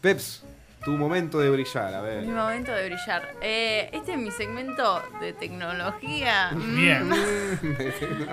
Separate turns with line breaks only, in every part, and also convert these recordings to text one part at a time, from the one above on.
Peps, tu momento de brillar, a ver.
Mi momento de brillar. Eh, este es mi segmento de tecnología. Mm,
Bien.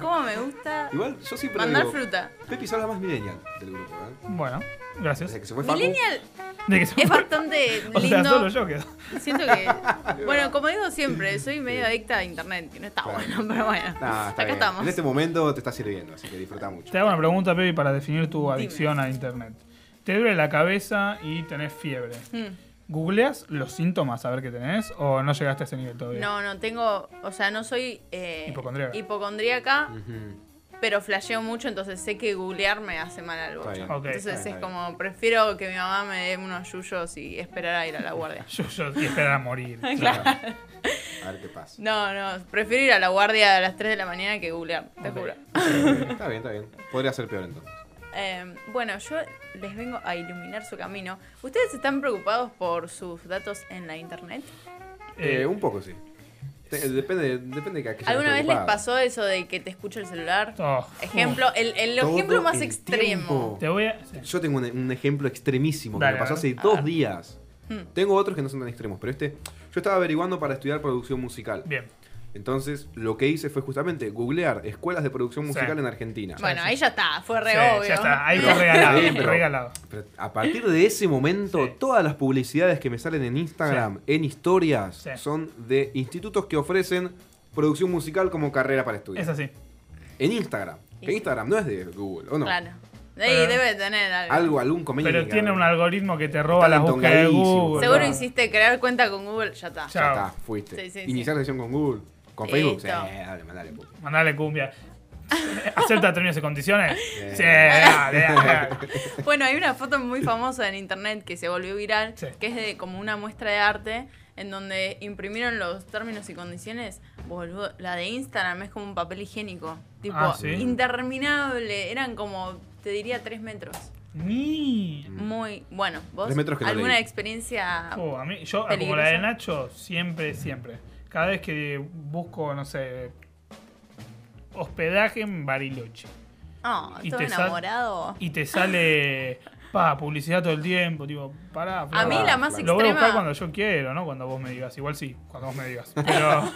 ¿Cómo me gusta
Igual yo siempre
mandar
digo,
fruta?
Pepi es la más millennial del grupo, ¿eh?
Bueno,
Desde
gracias.
que se fue Facu.
Millennial
De que se
es
fue.
bastante
O sea, solo
lindo.
yo quedo.
Siento que. Bueno, como digo siempre, soy medio adicta a internet, que no está
Claro.
bueno, pero bueno.
Nah, está
acá
bien.
estamos.
En este momento te está sirviendo, así que disfruta mucho.
Te hago una pregunta, Pepe, para definir tu adicción a internet. Te duele la cabeza y tenés fiebre.
Mm.
¿Googleas los síntomas a ver qué tenés o no llegaste a ese nivel todavía?
No, no, tengo. O sea, no soy. eh,
Hipocondríaca.
hipocondríaca,
Ujú.
pero flasheo mucho, entonces sé que googlear me hace mal al
Está
bocho.
bien.
Ok.
Entonces
está
es
bien.
como, prefiero que mi mamá me dé unos yuyos y esperar a ir a la guardia.
Yo, yo y esperar a morir.
Claro. A ver qué pasa.
No, no, prefiero ir a la guardia a las 3 de la mañana que googlear, te
Ok.
juro.
está bien, está bien. Podría ser peor entonces.
Eh, bueno, yo les vengo a iluminar su camino. ¿Ustedes están preocupados por sus datos en la internet?
Eh,
Eh, un poco sí. Te- eh, Depende, depende de a qué seas
¿Alguna vez les
preocupado.
pasó eso de que te escucha el celular?
oh,
Ejemplo, el, el
Todo
ejemplo más
el
extremo.
tiempo.
Te voy a. sí.
Yo tengo un, un ejemplo extremísimo que
Dale,
me pasó
a ver.
hace
A
dos
ver.
días.
Hmm.
Tengo otros que no son tan extremos, pero este. Yo estaba averiguando para estudiar producción musical.
Bien.
Entonces, lo que hice fue justamente googlear escuelas de producción
Sí.
musical en Argentina.
Bueno, ahí ya está, fue re
Sí,
obvio.
ya está, ahí lo regalado.
Sí, pero-
regalado.
Pero a partir de ese momento,
Sí.
todas las publicidades que me salen en Instagram, en historias,
Sí.
son de institutos que ofrecen producción musical como carrera para estudiar.
Es así.
En Instagram.
Y
Que
sí.
Instagram no es de Google, ¿o no?
Claro. De ahí
Pero-
debe tener algo.
Algo, algún comentario.
Pero tiene un algoritmo que te roba
Está
las búsquedas de
entongadísimo.
Google.
Seguro
¿verdad?
hiciste crear cuenta con Google, ya está.
Ya.
Ya
Chao.
está, fuiste.
Sí, sí,
Iniciar sesión con Google. Con
Listo.
Facebook. Sí, dale, mandale. puto.
Mandale cumbia. ¿Acepta términos y condiciones?
Sí.
Sí, dale, dale.
Bueno, hay una foto muy famosa en internet que se volvió viral,
Sí.
que es de como una muestra de arte en donde imprimieron los términos y condiciones. Boludo, la de Instagram es como un papel higiénico, tipo
Ah, ¿sí?
interminable, eran como te diría tres metros.
Ni.
Muy bueno, vos
Mm. Tres metros que no
alguna
leí.
experiencia
Oh, a mí, yo, como
Peligroso.
la de Nacho, siempre, siempre. Cada vez que busco, no sé, hospedaje en Bariloche.
Ah,
Y
todo
te sal-
enamorado.
Y te sale, pa, publicidad todo el tiempo, tipo, pará.
A mí
flaco.
la más
Lo voy a buscar
extrema,
cuando yo quiero, ¿no? Cuando vos me digas. Igual sí, cuando vos me digas. Pero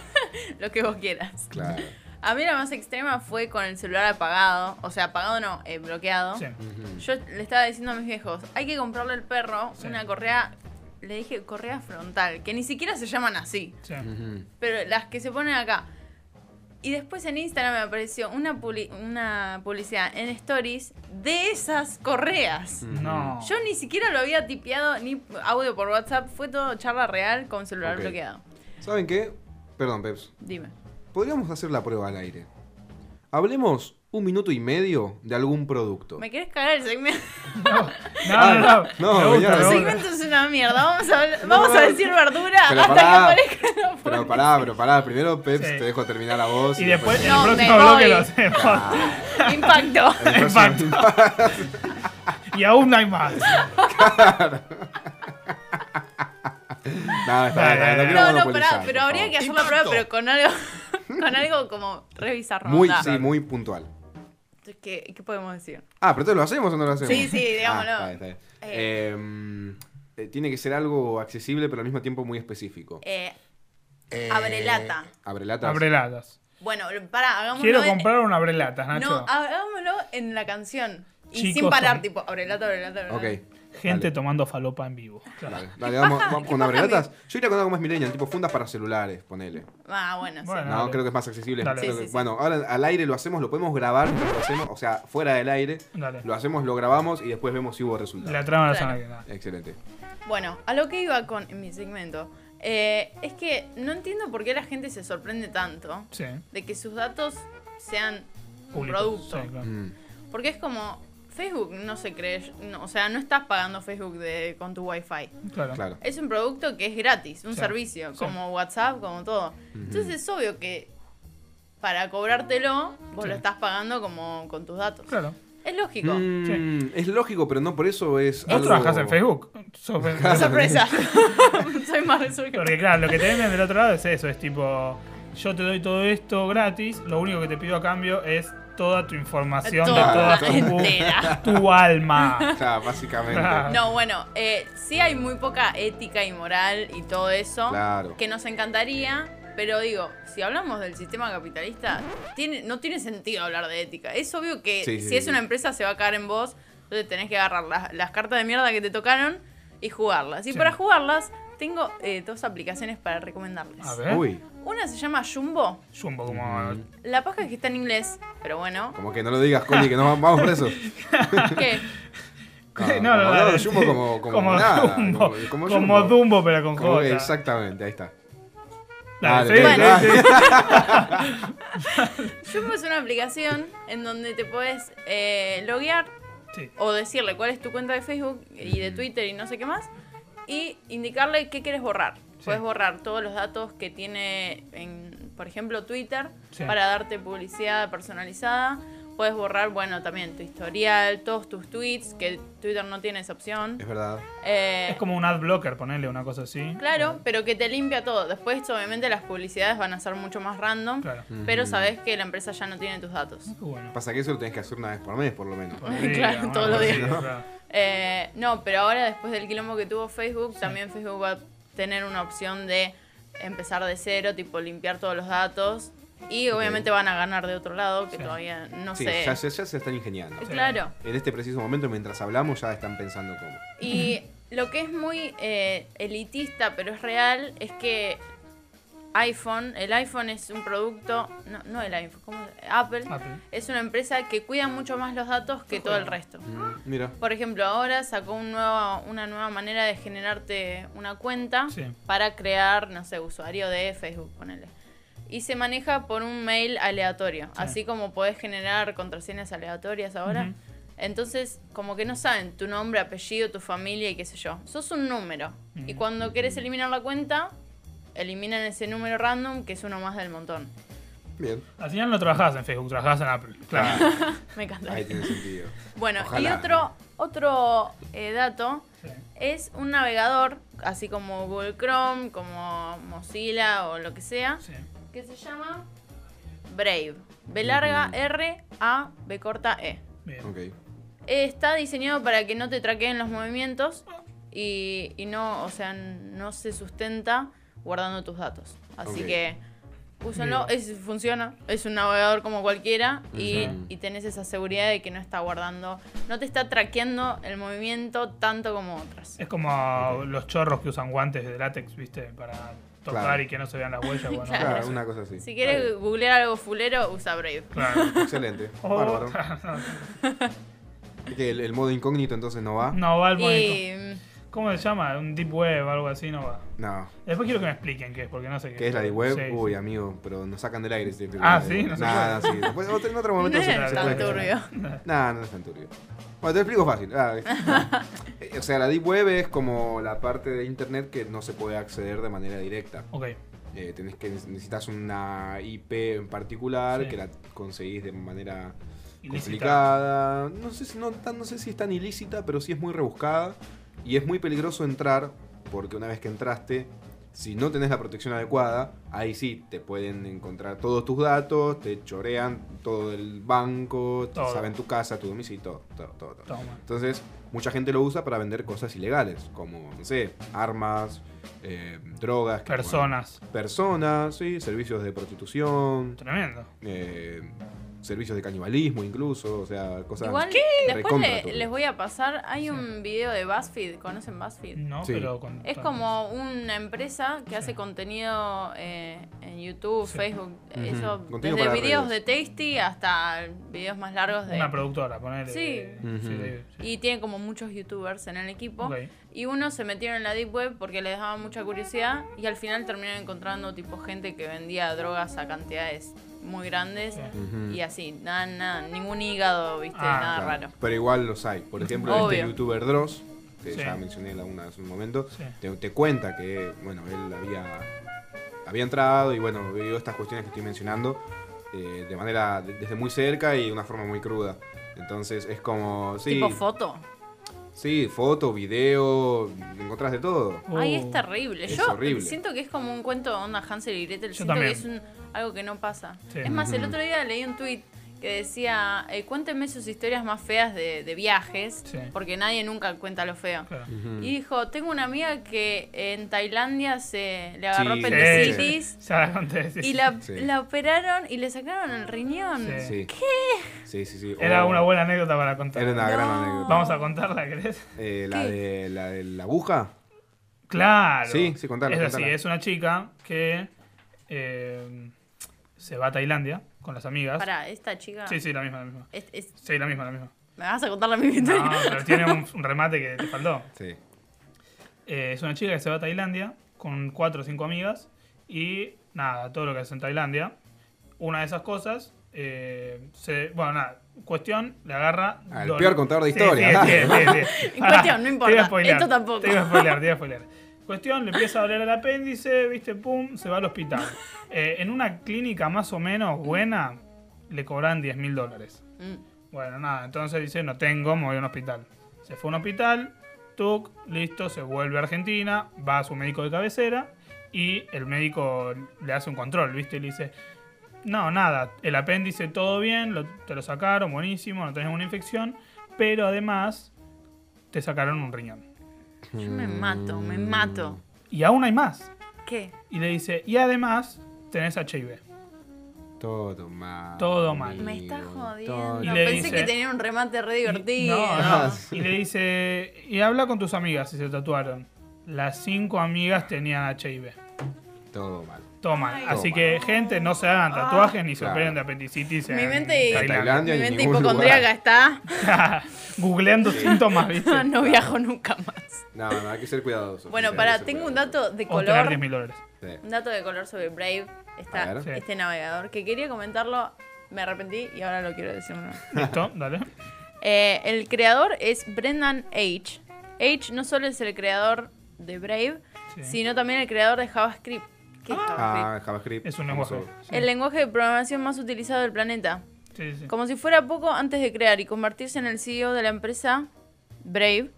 lo que vos quieras.
Claro.
A mí la más extrema fue con el celular apagado, o sea, apagado no, eh, bloqueado.
sí,
Ujú.
Yo le estaba diciendo a mis viejos, hay que comprarle al perro
Sí.
una correa, le dije correa frontal, que ni siquiera se llaman así,
sí.
Ujú.
pero las que se ponen acá. Y después en Instagram me apareció una, publi- una publicidad en stories de esas correas.
Ujú.
No.
Yo ni siquiera lo había tipeado, ni audio por WhatsApp, fue todo charla real con celular
Ok.
bloqueado.
¿Saben qué? Perdón, Peps.
Dime.
Podríamos hacer la prueba al aire. Hablemos un minuto y medio de algún producto.
¿Me querés cagar el segmento?
No, no, no.
Ah, No,
me
mirá,
gusta, me
El
no,
gusta.
segmento es una mierda. Vamos a, habl- vamos a
no.
decir verdura
Pero
hasta
pará.
que aparezca la
Pero
publicidad.
pará, pero pará. Primero, Peps,
Sí.
te dejo terminar la voz.
Y después, en
No,
el
me
próximo bloque
voy.
lo hacemos.
Impacto.
En el
Impacto.
Ah, próximo-
Y aún no hay más.
No, está bien, está bien, no quiero
No, no,
monopolizar,
pará, pero
pues, por
habría
favor.
que hacer la prueba, pero con algo, con algo como revisar
Muy, sí, muy puntual.
¿Qué, qué podemos decir?
Ah, pero entonces lo hacemos o no lo hacemos.
Sí, sí, digámoslo.
Ah, está bien, está bien. Eh, eh, tiene que ser algo accesible, pero al mismo tiempo muy específico.
Eh, abrelata.
Abrelatas.
Abrelatas.
Bueno, pará, hagámoslo.
Quiero
en-
comprar un abrelatas,
eh, No,
Nacho.
hagámoslo en la canción. Y
Chicos,
sin parar,
con-
tipo, abrelata, abrelata,
Ok.
abrelata.
Gente
Dale.
tomando falopa en vivo.
Dale, dale, vamos,
paja?
vamos
¿Qué
con
paja
abrelatas. Yo iría con algo más millennial, tipo fundas para celulares, ponele.
Ah, bueno,
Bueno.
sí.
No,
Dale.
creo que es más accesible.
Dale.
Creo
Sí,
que-
sí, sí.
Bueno, ahora al aire lo hacemos, lo podemos grabar, lo hacemos, o sea, fuera del aire.
Dale.
Lo hacemos, lo grabamos y después vemos si hubo resultado.
La trama de la
Claro.
zona que da.
Excelente.
Bueno, a lo que iba con mi segmento. eh, es que no entiendo por qué la gente se sorprende tanto
Sí.
de que sus datos sean un
Público.
producto.
Sí, claro.
Mm.
Porque es como Facebook no se cree, no, o sea, no estás pagando Facebook de, con tu Wi-Fi.
Claro.
Claro.
Es un producto que es gratis, un
Sí,
servicio,
sí.
como WhatsApp, como todo. Entonces es obvio que para cobrártelo, vos
Sí.
lo estás pagando como con tus datos.
Claro.
Es lógico.
Mm, Es lógico, pero no por eso es.
¿Vos
algo-
trabajás en Facebook? Sos-
Sorpresa. Soy más
Porque claro, lo que te venden del otro lado es eso, es tipo, yo te doy todo esto gratis, lo único que te pido a cambio es toda tu información,
Toda,
de toda
entera.
tu, tu alma.
Claro, básicamente.
Claro.
No, bueno, eh, sí hay muy poca ética y moral y todo eso
Claro.
que nos encantaría. Pero digo, si hablamos del sistema capitalista, tiene, no tiene sentido hablar de ética. Es obvio que
Sí,
si
sí,
es
sí.
una empresa se va a caer en vos, entonces tenés que agarrar las, las cartas de mierda que te tocaron y jugarlas. Y
Sí.
para jugarlas, tengo eh, dos aplicaciones para recomendarles.
A ver.
Uy,
Una se llama Jumbo.
Jumbo, como.
La paja es que está en inglés, pero bueno.
como que no lo digas, Coli, que nos vamos presos.
¿Qué?
Ah,
No, no,
como
no,
no, Jumbo como- como nada,
Dumbo.
como- como
Como,
Jumbo.
Dumbo, pero con
Como
J.
que- exactamente, ahí está.
Dale,
Dale,
sí,
dale,
sí,
dale.
sí.
Jumbo es una aplicación en donde te puedes eh, loguear
Sí.
o decirle cuál es tu cuenta de Facebook y
Mm.
de Twitter y no sé qué más y indicarle qué quieres borrar. Puedes borrar todos los datos que tiene, en, por ejemplo, Twitter
Sí.
para darte publicidad personalizada. Puedes borrar, bueno, también tu historial, todos tus tweets, que Twitter no tiene esa opción.
Es verdad.
Eh,
Es como un ad blocker, ponerle una cosa así.
Claro, pero que te limpia todo. Después, obviamente, las publicidades van a ser mucho más random,
Claro. Mm.
pero sabes que la empresa ya no tiene tus datos.
Qué bueno.
Mm. Pasa que eso lo tenés que hacer una vez por mes, por lo menos.
Podría,
Claro,
una
todos los
cosa
días.
así, claro.
Eh, no, pero ahora después del quilombo que tuvo Facebook, también Facebook va a tener una opción de empezar de cero, tipo limpiar todos los datos. Y obviamente van a ganar de otro lado, que
Sí.
todavía no
Sí,
sé.
ya, se- ya se están ingeniando.
Eh, Claro.
En este preciso momento, mientras hablamos, ya están pensando cómo.
Y lo que es muy eh, elitista, pero es real, es que iPhone, el iPhone es un producto, no, no el iPhone, ¿cómo se- Apple,
Apple.
es una empresa que cuida mucho más los datos que todo el resto.
Mm, mira.
Por ejemplo, ahora sacó un nuevo- una nueva manera de generarte una cuenta
Sí.
para crear, no sé, usuario de Facebook, ponele. Y se maneja por un mail aleatorio, así como podés generar contraseñas aleatorias ahora.
Ujú.
Entonces, como que no saben tu nombre, apellido, tu familia y qué sé yo. Sos un número. Y cuando querés eliminar la cuenta, eliminan ese número random que es uno más del montón.
Bien.
Al final no trabajás en Facebook, trabajás en Apple. Claro.
Me encanta.
Ahí tiene sentido.
Bueno, y
Ojalá.
otro, otro eh, dato
Sí.
es un navegador, así como Google Chrome, como Mozilla o lo que sea,
Sí.
que se llama Brave. B larga R A B corta E.
Bien.
Ok.
Está diseñado para que no te traqueen los movimientos y, y no, o sea, no se sustenta guardando tus datos. Así
Ok.
que úsenlo, es, funciona, es un navegador como cualquiera y,
Ujú.
y tenés esa seguridad de que no está guardando, no te está traqueando el movimiento tanto como otras.
Es como los chorros que usan guantes de látex, ¿viste? Para tocar
Claro.
y que no se vean las huellas. Bueno,
Claro.
Claro,
eso.
una cosa así.
Si quieres
Vale.
googlear algo fulero, usa Brave.
Claro.
Excelente.
O-
Bárbaro. Es que el, el modo incógnito entonces no va.
Oh, no va el bonito.
Y mm,
¿Cómo se llama? ¿Un deep web o algo así? No va.
No.
Después quiero que me expliquen qué es, porque no sé qué.
¿Qué es la de web?
Sí,
Uy,
sí.
amigo, pero nos sacan del aire. si te-
Ah, ¿sí? No se
Nada, sí. Después, otro- en otro
no
momento se-
es
se
tan
puede explicar.
turbio.
No, no es tan turbio. Bueno, te lo explico fácil. Ah, es- no. Eh, O sea, la Deep Web es como la parte de Internet que no se puede acceder de manera directa.
Ok.
Eh, tenés que necesitas una IP en particular
Sí.
que la conseguís de manera
Ilícita.
complicada. No sé, si, no, tan- no sé si es tan ilícita, pero sí es muy rebuscada. Y es muy peligroso entrar, porque una vez que entraste, si no tenés la protección adecuada, ahí sí te pueden encontrar todos tus datos, te chorean todo el banco, te
Todo.
saben tu casa, tu domicilio, todo, todo, todo, todo.
Toma.
Entonces, mucha gente lo usa para vender cosas ilegales, como, no sé, armas, eh, drogas. que, bueno,
Personas.
personas, sí, servicios de prostitución,
Tremendo.
eh, servicios de canibalismo incluso, o sea, cosas...
Igual, después
Recontra
le-
turbio.
les voy a pasar, hay
Sí.
un video de BuzzFeed, ¿conocen BuzzFeed?
No,
Sí.
pero con.
Es como una empresa que hace contenido eh, en YouTube,
Sí.
Facebook,
Ujú.
eso,
Contenido
desde
para
videos
redes.
de Tasty hasta videos más largos de...
Una productora, ponerle.
Sí.
Ujú.
Y tiene como muchos youtubers en el equipo.
Ok.
Y unos se metieron en la Deep Web porque les daba mucha curiosidad y al final terminaron encontrando tipo gente que vendía drogas a cantidades muy grandes
Sí.
Ujú.
y así, nada, nada, ningún hígado, viste,
Ah,
nada
Claro,
raro.
Pero igual los hay. Por ejemplo,
Obvio.
este youtuber Dross, que
Sí.
ya mencioné la una hace un momento,
Sí.
te, te cuenta que, bueno, él había, había entrado y, bueno, vio estas cuestiones que estoy mencionando eh, de manera, de- desde muy cerca y de una forma muy cruda. Entonces es como, sí,
Tipo foto.
sí, foto, video, encontrás de todo.
Ay,
Oh.
es terrible.
Es
Yo
horrible.
siento que es como un cuento de onda Hansel y Gretel.
Yo
siento
también.
que es un- algo que no pasa.
Sí.
Es más, el
Ujú.
otro día leí un tweet que decía, eh, cuéntenme sus historias más feas de, de viajes,
Sí.
porque nadie nunca cuenta lo feo.
Claro.
Ujú.
Y dijo, tengo una amiga que en Tailandia se le agarró
Sí.
apendicitis
Ya la conté, sí.
y la,
Sí.
la operaron y le sacaron el riñón.
Sí.
Sí. Sí, sí, sí.
Era
O-
una buena anécdota para contar.
Era una gran
No.
anécdota.
Vamos a contarla, ¿querés?
Eh, la,
¿Qué?
de, la de la aguja.
Claro.
Sí, sí, contala,
Es así,
contala.
es una chica que eh, se va a Tailandia con las amigas.
Para, esta chica.
Sí, sí, la misma, la misma.
es- es-
Sí, la misma, la misma.
¿Me vas a contar la misma historia?
No, pero tiene un, un remate que te faltó.
Sí.
Eh, es una chica que se va a Tailandia con cuatro o cinco amigas y nada, todo lo que hace en Tailandia. Una de esas cosas, eh, se, bueno, nada, cuestión, le agarra...
Al
dolor-
peor contador de
Sí,
historia,
sí,
dale.
sí, sí, sí.
En cuestión, no
te
importa,
iba a spoilear,
esto tampoco.
Te iba a spoilear, te iba a spoilear. Cuestión, le empieza a doler el apéndice, viste, pum, se va al hospital. Eh, en una clínica más o menos buena, le cobran 10 mil dólares.
Mm.
Bueno, nada, entonces dice, no tengo, me voy a un hospital. Se fue a un hospital, tuc, listo, se vuelve a Argentina, va a su médico de cabecera y el médico le hace un control, ¿viste? Y le dice, no, nada, el apéndice todo bien, lo- te lo sacaron, buenísimo, no tenés ninguna infección, pero además te sacaron un riñón.
Yo me mato, me
Mm,
mato.
Y aún hay más.
¿Qué?
Y le dice, y además tenés HIV.
Todo mal.
Todo mal.
Me está
amigo,
jodiendo.
todo-
Y le
Pensé
dice-
que tenía un remate re
Y-
divertido.
No, no.
Ah, Sí.
Y le dice, y habla con tus amigas si se tatuaron. Las cinco amigas tenían HIV.
Todo mal.
Toman.
Ay, Ah.
Así
Toma.
que, gente, no se hagan tatuajes ni se
Claro.
operen de apendicitis.
Mi
en
mente- En
Tailandia.
Tailandia
Mi
ni
mente
ningún
hipocondríaca
lugar.
está.
Googleando síntomas, ¿viste?
no viajo nunca más.
No, no, hay que ser cuidadoso.
Bueno,
Sí, hay
para,
que ser
tengo un
cuidadoso.
dato de
O tener
color.
10.000 dólares.
Sí.
Un dato de color sobre Brave.
A
Está
ver.
Sí.
este navegador. Que quería comentarlo, me arrepentí y ahora lo quiero decir. ¿no?
Listo, dale.
Eh, el creador es Brendan H. H no solo es el creador de Brave,
Sí.
sino también el creador de JavaScript. ¿Qué es JavaScript?
Ah, JavaScript.
Es un lenguaje.
famoso.
Sí.
El lenguaje de programación más utilizado del planeta.
Sí, sí.
Como si fuera poco, antes de crear y convertirse en el CEO de la empresa Brave,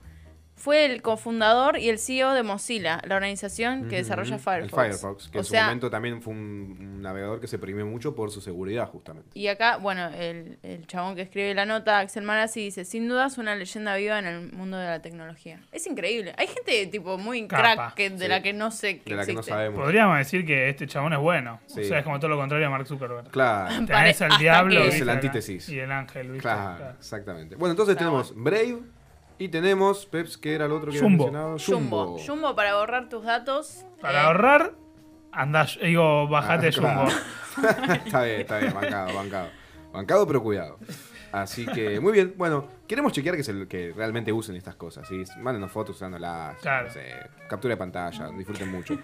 fue el cofundador y el CEO de Mozilla, la organización que
Ujú.
desarrolla Firefox.
El Firefox, que
o
en su
sea,
momento también fue un, un navegador que se primió mucho por su seguridad, justamente.
Y acá, bueno, el, el chabón que escribe la nota, Axel Marazzi, dice, sin duda es una leyenda viva en el mundo de la tecnología. Es increíble. Hay gente tipo muy
Capa,
crack que- de
sí.
la que no sé que
De la que no
existe.
sabemos.
Podríamos decir que este chabón es bueno.
Sí.
O sea, es como todo lo contrario a Mark Zuckerberg.
Claro,
Pare-
Tenés al
hasta
diablo.
que-
Es
¿viste?
el antítesis.
Y el ángel, ¿viste?
claro,
Claro.
exactamente. Bueno, entonces
Está
tenemos Brave y tenemos Peps, que era el otro que había
Jumbo.
mencionado.
Jumbo. Jumbo para borrar tus datos.
Para
eh,
ahorrar, andás, digo, bajate
Ah, claro.
Jumbo.
está bien, está bien, bancado, bancado. Bancado, pero cuidado. Así que, muy bien. Bueno, queremos chequear que, es el, que realmente usen estas cosas. ¿sí? Mándenos fotos usándolas.
Claro.
no sé, captura de pantalla, disfruten mucho.